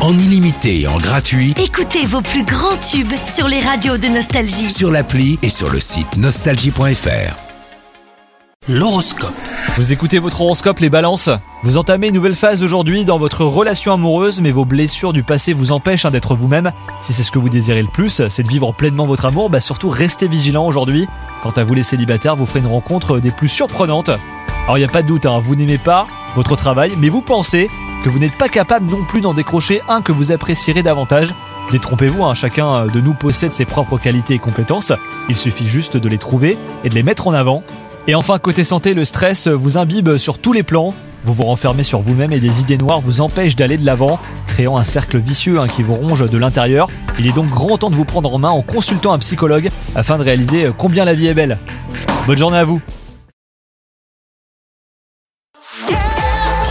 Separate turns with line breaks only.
en illimité et en gratuit
Écoutez vos plus grands tubes sur les radios de Nostalgie.
sur l'appli et sur le site nostalgie.fr.
L'horoscope.
Vous écoutez votre horoscope les balances Vous entamez une nouvelle phase aujourd'hui dans votre relation amoureuse mais vos blessures du passé vous empêchent hein, d'être vous-même. Si c'est ce que vous désirez le plus, c'est de vivre pleinement votre amour, bah surtout restez vigilant aujourd'hui. Quant à vous les célibataires, vous ferez une rencontre euh, des plus surprenantes. Alors il n'y a pas de doute, hein, vous n'aimez pas votre travail mais vous pensez que vous n'êtes pas capable non plus d'en décrocher un que vous apprécierez davantage. Détrompez-vous, hein, chacun de nous possède ses propres qualités et compétences, il suffit juste de les trouver et de les mettre en avant. Et enfin, côté santé, le stress vous imbibe sur tous les plans. Vous vous renfermez sur vous-même et des idées noires vous empêchent d'aller de l'avant, créant un cercle vicieux hein, qui vous ronge de l'intérieur. Il est donc grand temps de vous prendre en main en consultant un psychologue afin de réaliser combien la vie est belle. Bonne journée à vous